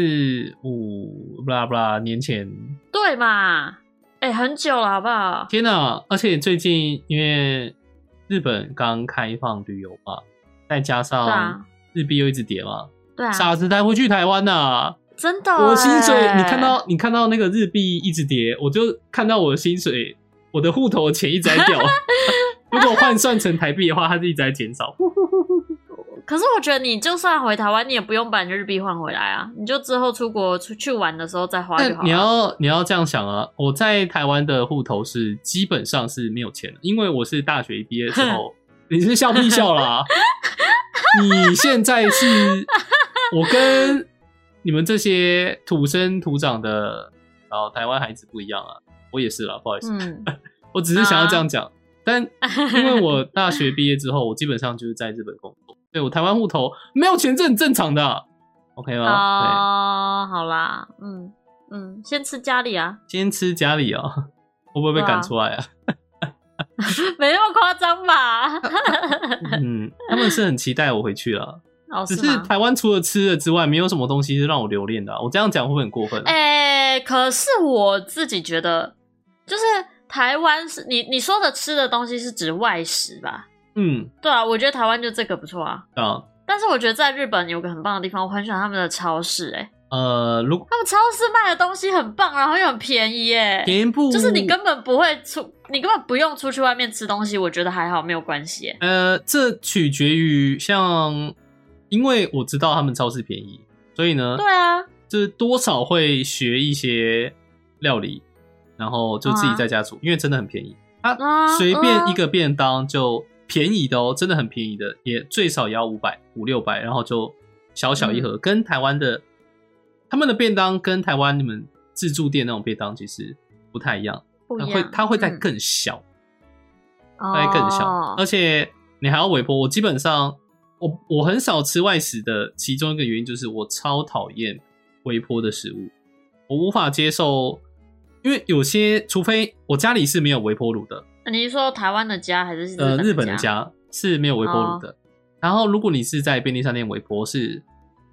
Speaker 2: 五，不啦不啦，年前。
Speaker 1: 对嘛？哎、很久了，好不好？
Speaker 2: 天哪！而且最近因为日本刚开放旅游嘛，再加
Speaker 1: 对
Speaker 2: 上
Speaker 1: 啊
Speaker 2: 日币又一直跌嘛，
Speaker 1: 对啊，
Speaker 2: 傻子才会去台湾呐、
Speaker 1: 真的、
Speaker 2: 我薪水，
Speaker 1: 哎
Speaker 2: 你看到你看到那个日币一直跌，我就看到我的薪水，我的户头的钱一直
Speaker 1: <laughs>
Speaker 2: 在掉。如果换算成台币的话，它是一直在减少。
Speaker 1: 可是我觉得你就算回台湾，你也不用把你的日币换回来啊，你就之后出国出去玩的时候再花就好啊了。
Speaker 2: 但你要你要这样想啊，我在台湾的户头是基本上是没有钱的，因为我是大学毕业之
Speaker 1: <laughs>
Speaker 2: 后，你是笑屁笑啦、你现在是，我跟你们这些土生土长的，然后台湾孩子不一样啊，我也是啦，不好意思， <laughs>
Speaker 1: 嗯，啊
Speaker 2: 我只是想要这样讲，
Speaker 1: <laughs>
Speaker 2: 但因为我大学毕业之后，我基本上就是在日本工作，对我台湾户头没有钱，这很正常的啊，OK 吗？对。
Speaker 1: 哦，好啦，嗯嗯，先吃家里啊， <laughs>
Speaker 2: 今天吃家里哦， <laughs> 会不会被赶出来啊？
Speaker 1: 没那么夸张吧？ <laughs>
Speaker 2: 呃 <laughs> 嗯，他们是很期待我回去了。
Speaker 1: 啊哦，
Speaker 2: 只
Speaker 1: 是
Speaker 2: 是
Speaker 1: 吗？
Speaker 2: 台湾除了吃的之外，没有什么东西是让我留恋的啊、我这样讲会不会很过分？
Speaker 1: 哎、可是我自己觉得，就是台湾是你你说的吃的东西是指外食吧？
Speaker 2: 嗯，
Speaker 1: 对啊，我觉得台湾就这个不错啊。
Speaker 2: 啊，
Speaker 1: 但是我觉得在日本有个很棒的地方，我很喜欢他们的超市、哎，
Speaker 2: 呃，如果
Speaker 1: 他们超市卖的东西很棒，啊然后又很便宜、哎，
Speaker 2: 甜不
Speaker 1: 就是你根本不会出，你根本不用出去外面吃东西，我觉得还好，没有关系、哎
Speaker 2: 呃，这取决于像，因为我知道他们超市便宜，所以呢，
Speaker 1: 对啊，
Speaker 2: 就是多少会学一些料理，然后就自己在家煮，因为真的很便宜。它
Speaker 1: 啊
Speaker 2: 随便一
Speaker 1: 嗯
Speaker 2: 个便当就便宜的哦，真的很便宜的，也最少也要五百五六百，然后就小小一
Speaker 1: 嗯
Speaker 2: 盒，跟台湾的他们的便当跟台湾你们自助店那种便当其实不太一样，
Speaker 1: 不一
Speaker 2: 它
Speaker 1: 样，
Speaker 2: 会它会再
Speaker 1: 嗯
Speaker 2: 更小，它会更小，呃
Speaker 1: 哦
Speaker 2: 而且你还要微波。我基本上我我很少吃外食的，其中一个原因就是我超讨厌微波的食物，我无法接受，因为有些除非我家里是没有微波炉的。
Speaker 1: 你是说台湾的家还是日
Speaker 2: 呃，
Speaker 1: 本
Speaker 2: 日本的家哦是没有微波炉的。然后，如果你是在便利商店微波，是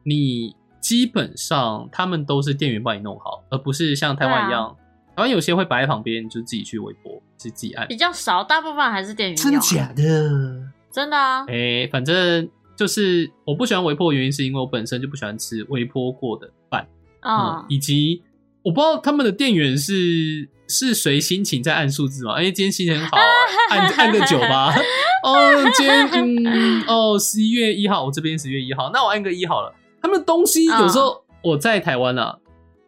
Speaker 2: 你基本上他们都是店员帮你弄好，而不是像台湾一样，台湾有些会摆在旁边，你就自己去微波，是自己按
Speaker 1: 比。较少，大部分还是店员用啊、
Speaker 2: 的？
Speaker 1: 真的啊，
Speaker 2: 哎、反正就是我不喜欢微波，的原因是因为我本身就不喜欢吃微波过的饭，
Speaker 1: 啊、
Speaker 2: 以及我不知道他们的店员是是随心情在按数字嘛？哎、今天心情很好、啊，按按个九吧。哦，今天嗯，哦，十一月一号，我这边十月一号，那我按个一好了。他们的东西有时候我在台湾啊，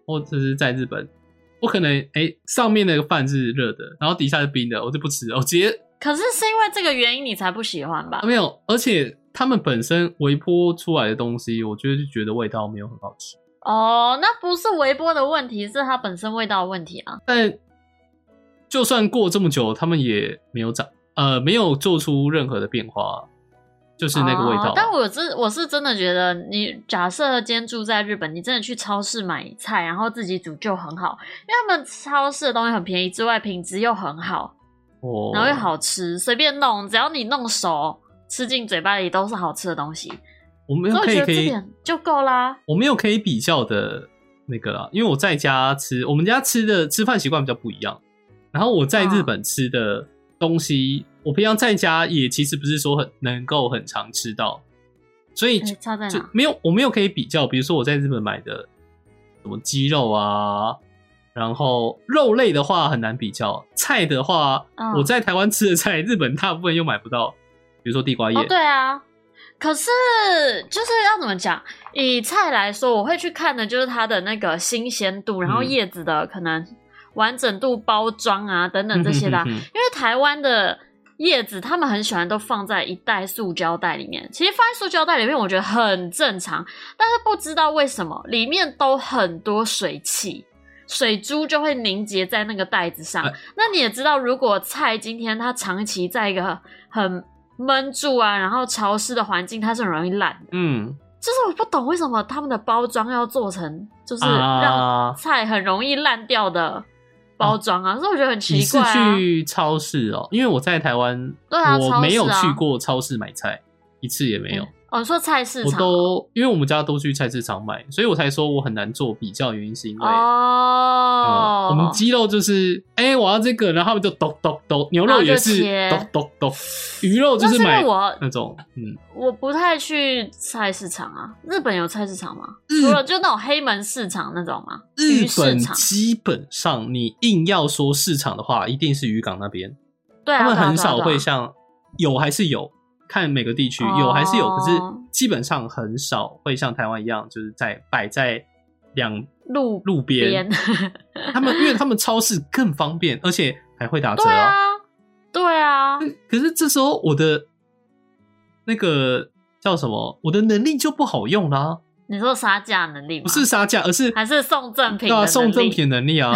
Speaker 2: 或者是在日本，我可能哎、上面那个饭是热的，然后底下是冰的，我就不吃了，我直接
Speaker 1: 可是是因为这个原因你才不喜欢吧
Speaker 2: 啊？没有，而且他们本身微波出来的东西，我觉得就觉得味道没有很好吃。
Speaker 1: 哦，那不是微波的问题，是它本身味道的问题啊。
Speaker 2: 但就算过这么久，他们也没有长呃没有做出任何的变化，就是那个味道。啊
Speaker 1: 哦但我是我是真的觉得你，假设今天住在日本，你真的去超市买菜，然后自己煮就很好，因为他们超市的东西很便宜之外，品质又很好，
Speaker 2: 哦
Speaker 1: 然后又，好吃，随便弄，只要你弄熟，吃进嘴巴里都是好吃的东西，
Speaker 2: 我没
Speaker 1: 所
Speaker 2: 有
Speaker 1: 以我
Speaker 2: 嗯
Speaker 1: 觉得
Speaker 2: 可以可
Speaker 1: 这
Speaker 2: 以，
Speaker 1: 点就够啦。
Speaker 2: 我没有可以比较的那个啦，因为我在家吃，我们家吃的吃饭习惯比较不一样。然后我在
Speaker 1: 啊
Speaker 2: 日本吃的东西，我平常在家也其实不是说很能够很常吃到，所以
Speaker 1: 哎差在
Speaker 2: 就
Speaker 1: 哪？
Speaker 2: 没有我没有可以比较，比如说我在日本买的什么鸡肉啊，然后肉类的话很难比较，菜的话、
Speaker 1: 嗯
Speaker 2: 我在台湾吃的菜，日本大部分又买不到，比如说地瓜叶，
Speaker 1: 哦，对啊。可是就是要怎么讲？以菜来说，我会去看的就是它的那个新鲜度，然后
Speaker 2: 嗯
Speaker 1: 叶子的可能完整度、包装啊等等
Speaker 2: 嗯
Speaker 1: 这些的啊、
Speaker 2: 哼哼哼
Speaker 1: 因为台湾的叶子，他们很喜欢都放在一袋塑胶袋里面。其实放在塑胶袋里面，我觉得很正常，但是不知道为什么里面都很多水汽。水珠就会凝结在那个袋子上。
Speaker 2: 哎
Speaker 1: 那你也知道，如果菜今天它长期在一个很闷住啊，然后潮湿的环境，它是很容易烂的。
Speaker 2: <laughs> 嗯
Speaker 1: 就是我不懂为什么他们的包装要做成，就是让
Speaker 2: 啊，
Speaker 1: 菜很容易烂掉的包装啊，所以我觉得很奇
Speaker 2: 你是
Speaker 1: 怪啊。
Speaker 2: 去超市哦？因为我在台湾，
Speaker 1: 对啊超市
Speaker 2: 我
Speaker 1: 啊
Speaker 2: 没有去过超市买菜，一次也没有。
Speaker 1: 哦，你说菜市
Speaker 2: 我
Speaker 1: 场哦
Speaker 2: 都因为我们家都去菜市场买，所以我才说我很难做比较，原因是因为、
Speaker 1: 哦
Speaker 2: 呃，我们鸡肉就是哎、我要这个，然后他们就咚咚咚，牛
Speaker 1: 然
Speaker 2: 肉
Speaker 1: 后就
Speaker 2: 也是
Speaker 1: 切
Speaker 2: 咚咚咚，鱼肉就
Speaker 1: 那
Speaker 2: 是
Speaker 1: 这
Speaker 2: 买
Speaker 1: 个我
Speaker 2: 那种嗯，
Speaker 1: 我不太去菜市场啊。日本有菜市场吗？除
Speaker 2: 日
Speaker 1: 了就那种黑门市场那种吗？
Speaker 2: 日
Speaker 1: 鱼市
Speaker 2: 本
Speaker 1: 场
Speaker 2: 基本上你硬要说市场的话，一定是渔港那边，
Speaker 1: 对啊，
Speaker 2: 他们
Speaker 1: 对啊
Speaker 2: 很
Speaker 1: 对啊
Speaker 2: 少
Speaker 1: 对啊
Speaker 2: 会像有还是有，看每个地区有还是有，可是
Speaker 1: 哦
Speaker 2: 基本上很少会像台湾一样，就是在摆在两
Speaker 1: 路
Speaker 2: 路边
Speaker 1: 边。 <laughs>
Speaker 2: 他们因为他们超市更方便，而且还会 <laughs> 打折哦
Speaker 1: 对啊，对啊，
Speaker 2: 可是这时候我的那个叫什么，我的能力就不好用啦、
Speaker 1: 你说杀价能力吗？
Speaker 2: 不
Speaker 1: <laughs>
Speaker 2: 是杀价，而是
Speaker 1: 还是送赠品
Speaker 2: 对
Speaker 1: 的
Speaker 2: 啊，
Speaker 1: 能力
Speaker 2: 送赠品能
Speaker 1: <laughs>
Speaker 2: 力啊。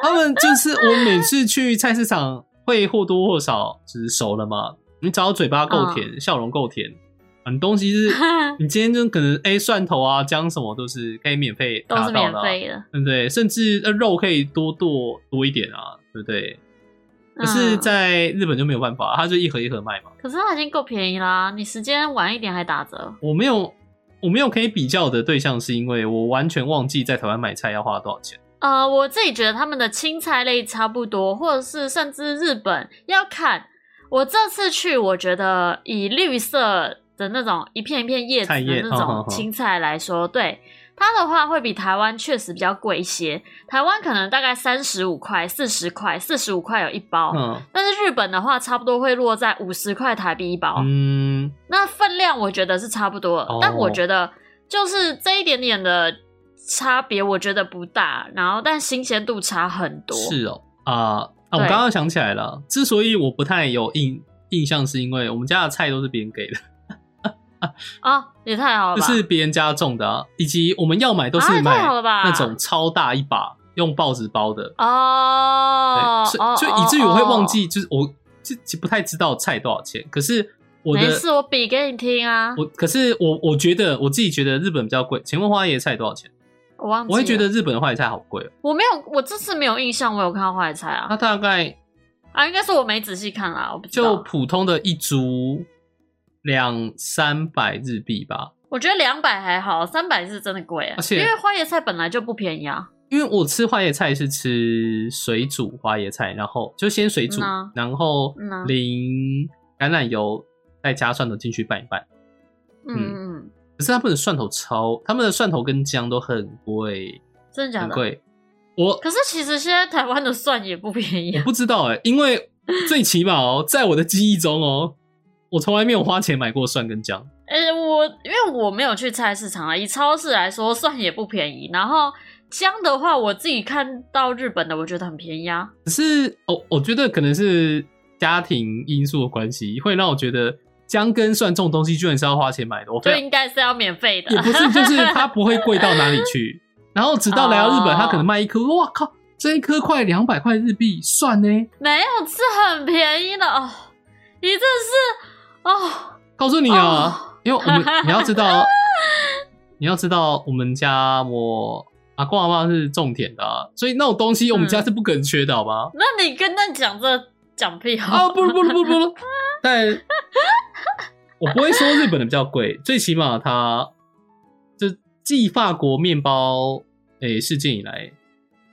Speaker 2: 他们就是我每次去菜市场会或多或少就是熟了嘛，你只要嘴巴够甜，
Speaker 1: 嗯
Speaker 2: 笑容够甜，啊你东西是
Speaker 1: <laughs>
Speaker 2: 你今天就可能哎、蒜头啊姜什么都是可以免费
Speaker 1: 都
Speaker 2: 拿
Speaker 1: 是
Speaker 2: 到
Speaker 1: 免
Speaker 2: 的、啊，
Speaker 1: 费的。
Speaker 2: 对不对？甚至呃肉可以多剁多一点啊，对不对？可是，
Speaker 1: 嗯
Speaker 2: 在日本就没有办法，它就一盒一盒卖嘛。
Speaker 1: 可是它已经够便宜啦，你时间晚一点还打折。
Speaker 2: 我没有，我没有可以比较的对象，是因为我完全忘记在台湾买菜要花多少钱。
Speaker 1: 呃，我自己觉得他们的青菜类差不多，或者是甚至日本要看。我这次去，我觉得以绿色的那种一片一片叶子
Speaker 2: 菜叶哦
Speaker 1: 的那
Speaker 2: 哼哼
Speaker 1: 种
Speaker 2: 哼
Speaker 1: 青菜来说，对它的话会比台湾确实比较贵一些。台湾可能大概三十五块、四十块、四十五块有一包，
Speaker 2: 嗯
Speaker 1: 但是日本的话差不多会落在五十块台币一包。
Speaker 2: 嗯，
Speaker 1: 那分量我觉得是差不多的
Speaker 2: 哦
Speaker 1: 但我觉得就是这一点点的差别，我觉得不大。然后，但新鲜度差很多。
Speaker 2: 是哦啊啊！我
Speaker 1: 对
Speaker 2: 刚刚想起来了，之所以我不太有印印象，是因为我们家的菜都是别人给的，
Speaker 1: 啊，也太好了
Speaker 2: 就
Speaker 1: 吧？
Speaker 2: 是别人家种的、啊，以及我们要买都
Speaker 1: 啊
Speaker 2: 是
Speaker 1: 也
Speaker 2: 买
Speaker 1: 太好了吧
Speaker 2: 那种超大一把用报纸包的，
Speaker 1: 哦
Speaker 2: 对，所，
Speaker 1: 哦
Speaker 2: 以就以至于我会忘。记，就是我自己不太知道菜多少钱，可是我
Speaker 1: 哦
Speaker 2: 的
Speaker 1: 没事，我比给你听啊。
Speaker 2: 我可是我我觉得我自己觉得日本比较贵。请问花椰菜多少钱？
Speaker 1: 我忘记了，
Speaker 2: 我会觉得日本的花椰菜好贵、哦，
Speaker 1: 我没有，我这次没有印象，我有看到坏菜啊
Speaker 2: 它大概
Speaker 1: 啊，应该是我没仔细看啦，我不知
Speaker 2: 就
Speaker 1: 道。
Speaker 2: 普通的一株两三百日币吧。
Speaker 1: 我觉得两百还好，三百是真的贵、啊
Speaker 2: 而且
Speaker 1: 因为花椰菜本来就不便宜啊。
Speaker 2: 因为我吃花椰菜是吃水煮花椰菜，然后就先水煮，
Speaker 1: 嗯啊
Speaker 2: 然后
Speaker 1: 嗯啊
Speaker 2: 淋橄榄油，再加蒜头进去拌一拌。
Speaker 1: 嗯
Speaker 2: 嗯
Speaker 1: 嗯嗯，
Speaker 2: 可是他们的蒜头超，他们的蒜头跟姜都很贵，
Speaker 1: 真的假
Speaker 2: 很
Speaker 1: 的？
Speaker 2: 贵。我
Speaker 1: 可是其实现在台湾的蒜也不便宜、
Speaker 2: 我
Speaker 1: 啊，
Speaker 2: 不知道哎、因为最起码哦，在我的记忆中哦，我从来没有花钱买过蒜跟姜。
Speaker 1: 哎、我因为我没有去菜市场啊，以超市来说，蒜也不便宜。然后姜的话，我自己看到日本的，我觉得很便宜啊。
Speaker 2: 可是哦，我觉得可能是家庭因素的关系，会让我觉得姜跟蒜这种东西居然是要花钱买的。我
Speaker 1: 就
Speaker 2: 非
Speaker 1: 应该是要免费的
Speaker 2: 啊也，不是，就是它不会贵到哪里去。然后直到来到日本，
Speaker 1: 哦
Speaker 2: 它可能卖一颗，哇靠，这一颗快两百块日币，蒜呢？
Speaker 1: 没有是很便宜的哦。你这是哦，
Speaker 2: 告诉你啊，
Speaker 1: 哦
Speaker 2: 因为我们你要知道，你要知道我们家我阿公阿妈是种田的、啊，所以那种东西我们
Speaker 1: 嗯
Speaker 2: 家是不可能缺的，好吗？
Speaker 1: 那你跟他讲这讲屁
Speaker 2: 啊，
Speaker 1: 话？
Speaker 2: 不不不不不，但我不会说日本的比较贵， <laughs> 最起码它就继法国面包诶、事件以来，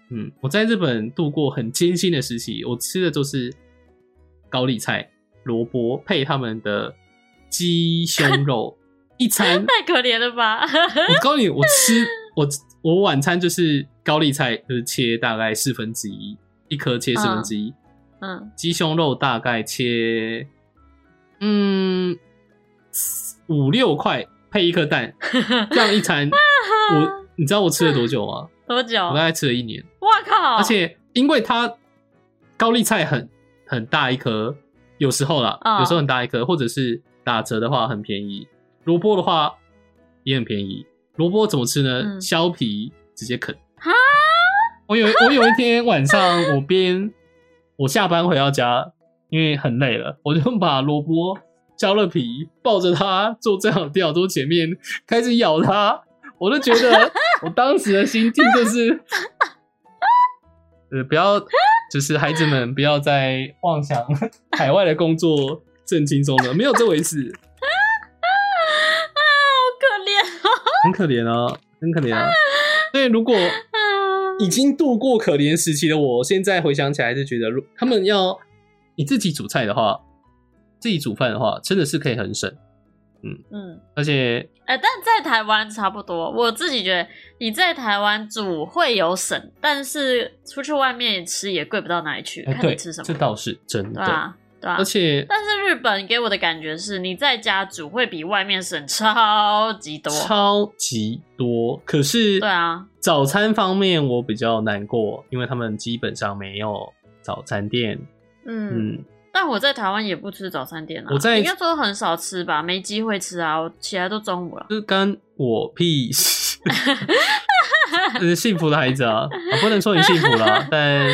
Speaker 2: 嗯，我在日本度过很艰辛的时期，我吃的都是高丽菜、萝卜配他们的鸡胸肉一
Speaker 1: <laughs>
Speaker 2: 餐。
Speaker 1: <laughs> 太可怜了吧？
Speaker 2: 我告诉你，我吃我我晚餐就是高丽菜，就是切大概四分之一，一颗切四分之一，
Speaker 1: 嗯，
Speaker 2: 鸡胸肉大概切，嗯，五六块配一颗蛋，这样一餐，我你知道我吃了多久吗？
Speaker 1: <laughs> 多久？
Speaker 2: 我大概吃了一年，
Speaker 1: 我靠！
Speaker 2: 而且因为它高丽菜很很大一颗，有时候啦，
Speaker 1: 嗯
Speaker 2: 有时候很大一颗，或者是打折的话很便宜，萝卜的话也很便宜。萝卜怎么吃呢？
Speaker 1: 嗯
Speaker 2: 削皮直接啃
Speaker 1: 哈。
Speaker 2: 我有我有一天晚上，我边我下班回到家，因为很累了，我就把萝卜削了皮，抱着它坐在我电脑桌前面开始咬它，我就觉得
Speaker 1: <laughs>
Speaker 2: 我当时的心境就是，呃，不要，就是孩子们不要再妄想 <laughs> 海外的工作正轻松了，没有这回事，
Speaker 1: 啊，好可怜哦
Speaker 2: 很可怜啊，很可怜啊。所以如果
Speaker 1: 啊！
Speaker 2: 已经度过可怜时期的我，现在回想起来还是觉得，如他们要你自己煮菜的话，自己煮饭的话，真的是可以很省，
Speaker 1: 嗯，
Speaker 2: 而且
Speaker 1: 哎、但在台湾差不多，我自己觉得你在台湾煮会有省，但是出去外面吃也贵不到哪里去，
Speaker 2: 哎、
Speaker 1: 看
Speaker 2: 对，
Speaker 1: 你吃什么，
Speaker 2: 这倒是真
Speaker 1: 对
Speaker 2: 的，
Speaker 1: 啊，对啊
Speaker 2: 而。且
Speaker 1: 但是日本给我的感觉是，你在家煮会比外面省超级 <laughs> 多，
Speaker 2: 超级多。可是，
Speaker 1: 对啊，
Speaker 2: 早餐方面我比较难过，因为他们基本上没有早餐店。
Speaker 1: 嗯。
Speaker 2: 嗯，
Speaker 1: 但我在台湾也不吃早餐店啊，
Speaker 2: 我在
Speaker 1: 应该说很少吃吧，没机会吃啊，我起来都中午了。
Speaker 2: 这干我屁事。 <laughs> 呃，幸福的孩子啊，我不能说你幸福
Speaker 1: <laughs>
Speaker 2: 啦，但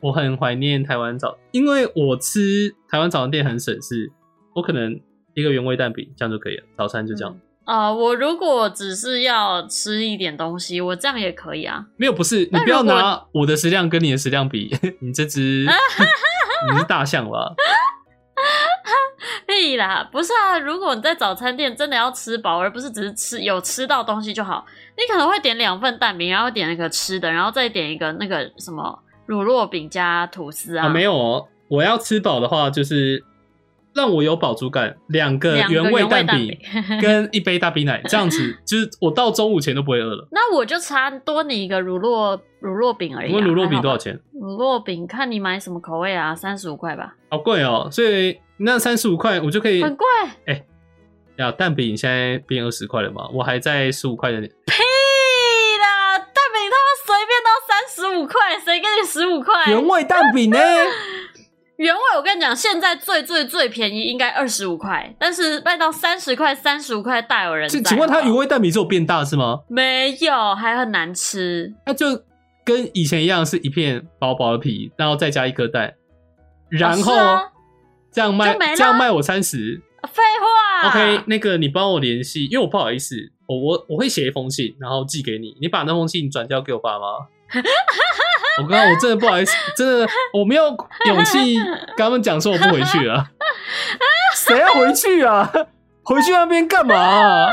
Speaker 2: 我很怀念台湾早，因为我吃台湾早餐店很省事，我可能一个原味蛋饼这样就可以了，早餐就这样。
Speaker 1: 嗯啊、我如果只是要吃一点东西，我这样也可以啊。
Speaker 2: 没有，不是你
Speaker 1: 那
Speaker 2: 不要
Speaker 1: 如果
Speaker 2: 拿我的食量跟你的食量比， <laughs> 你
Speaker 1: <laughs>
Speaker 2: 这只你是大象吧？
Speaker 1: <laughs> 可以啦，不是啊。如果你在早餐店真的要吃饱，而不是只是吃有吃到东西就好，你可能会点两份蛋饼，然后点那个吃的，然后再点一个那个什么乳酪饼加吐司啊。
Speaker 2: 啊，没有哦，我要吃饱的话，就是让我有饱足感，两个
Speaker 1: 两个
Speaker 2: 原
Speaker 1: 原
Speaker 2: 味
Speaker 1: 味
Speaker 2: 蛋
Speaker 1: 蛋
Speaker 2: 饼跟一杯大冰奶，这样子就是我到中午前都不会饿了。
Speaker 1: <laughs> 那我就差多你一个乳酪乳酪饼而已、
Speaker 2: 请
Speaker 1: 啊。
Speaker 2: 问卤肉饼多
Speaker 1: 还好吧？
Speaker 2: 少钱？
Speaker 1: 乳酪饼看你买什么口味啊，三十五块吧，
Speaker 2: 好贵哦，所以那三十五块我就可以
Speaker 1: 很贵。
Speaker 2: 呀。蛋饼现在变二十块了嘛，我还在十五块的。
Speaker 1: 屁啦，蛋饼他们随便都三十五块，谁给你十五块？
Speaker 2: 原味蛋
Speaker 1: <laughs>
Speaker 2: 饼呢？
Speaker 1: 原味，我跟你讲，现在最最最便宜应该二十五块，但是卖到三十块、三十五块大有人在。
Speaker 2: 请请问它
Speaker 1: 好不
Speaker 2: 原
Speaker 1: 好
Speaker 2: 味蛋饼是有变大是吗？
Speaker 1: 没有，还很难吃。
Speaker 2: 它就跟以前一样是一片薄薄的皮，然后再加一颗蛋，然后
Speaker 1: 是啊
Speaker 2: 这样卖
Speaker 1: 就没啦
Speaker 2: 这样卖我三十，
Speaker 1: 废话
Speaker 2: OK，那个你帮我联系，因为我不好意思，我我我会写一封信，然后寄给你，你把那封信转交给我
Speaker 1: <laughs>
Speaker 2: 爸妈。我刚刚我真的不好意思，真的我没有勇气跟他们讲说我不回去
Speaker 1: <laughs>
Speaker 2: 了。谁要回去啊？回去那边干嘛、啊？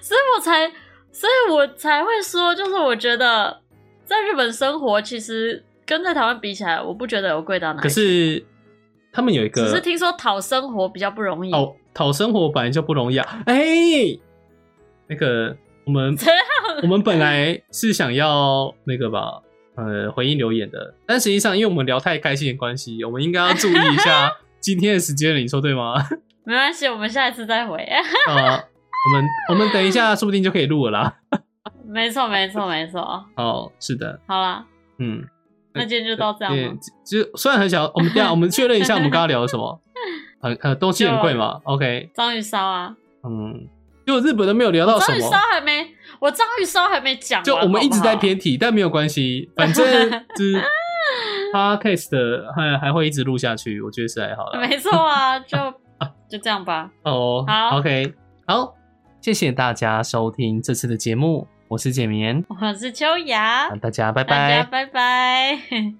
Speaker 1: 所以我才，所以我才会说，就是我觉得在日本生活其实跟在台湾比起来，我不觉得有贵到哪里
Speaker 2: 可
Speaker 1: 去。
Speaker 2: 是呃他们有一
Speaker 1: 只是
Speaker 2: 个
Speaker 1: 听说讨生活比较不容易。
Speaker 2: 讨讨生活本来就不容易啊。哎、那个我
Speaker 1: <laughs>
Speaker 2: 们
Speaker 1: 这样
Speaker 2: 我们本来是想要那个吧，呃，回应留言的，但实际上因为我们聊太开心的关系，我们应该要注意一下
Speaker 1: <laughs>
Speaker 2: 今天的时间了，你说对吗？ <laughs>
Speaker 1: 没关系，我们下一次再回。 <laughs>
Speaker 2: 啊、我们我们等一下，说不定就可以录了啦。
Speaker 1: 没错，没错，没错。
Speaker 2: 哦，是的，
Speaker 1: 好啦，
Speaker 2: 嗯，
Speaker 1: 那今天就到这样
Speaker 2: 呃对
Speaker 1: 了。，
Speaker 2: 就虽然很小，我们等一下我们确认一下，我们刚刚聊了什么？很呃，东西很贵嘛？OK，
Speaker 1: 章鱼烧啊，
Speaker 2: 嗯，就日本都没有聊到什
Speaker 1: 章鱼烧
Speaker 2: 么。
Speaker 1: 还没，我章鱼烧还没讲完。
Speaker 2: 就我们一直在
Speaker 1: 好不好
Speaker 2: 偏题，但没有
Speaker 1: <laughs>
Speaker 2: 关系，反正就是 podcast 的还还会一直录下去，我觉得是还好啦。
Speaker 1: 没错啊，就就这样吧。
Speaker 2: 哦，
Speaker 1: 好
Speaker 2: ，OK，好，谢谢大家收听这次的节目，我是简眠，
Speaker 1: 我是秋雅
Speaker 2: 那，大家拜
Speaker 1: 大家
Speaker 2: 拜。
Speaker 1: 拜拜。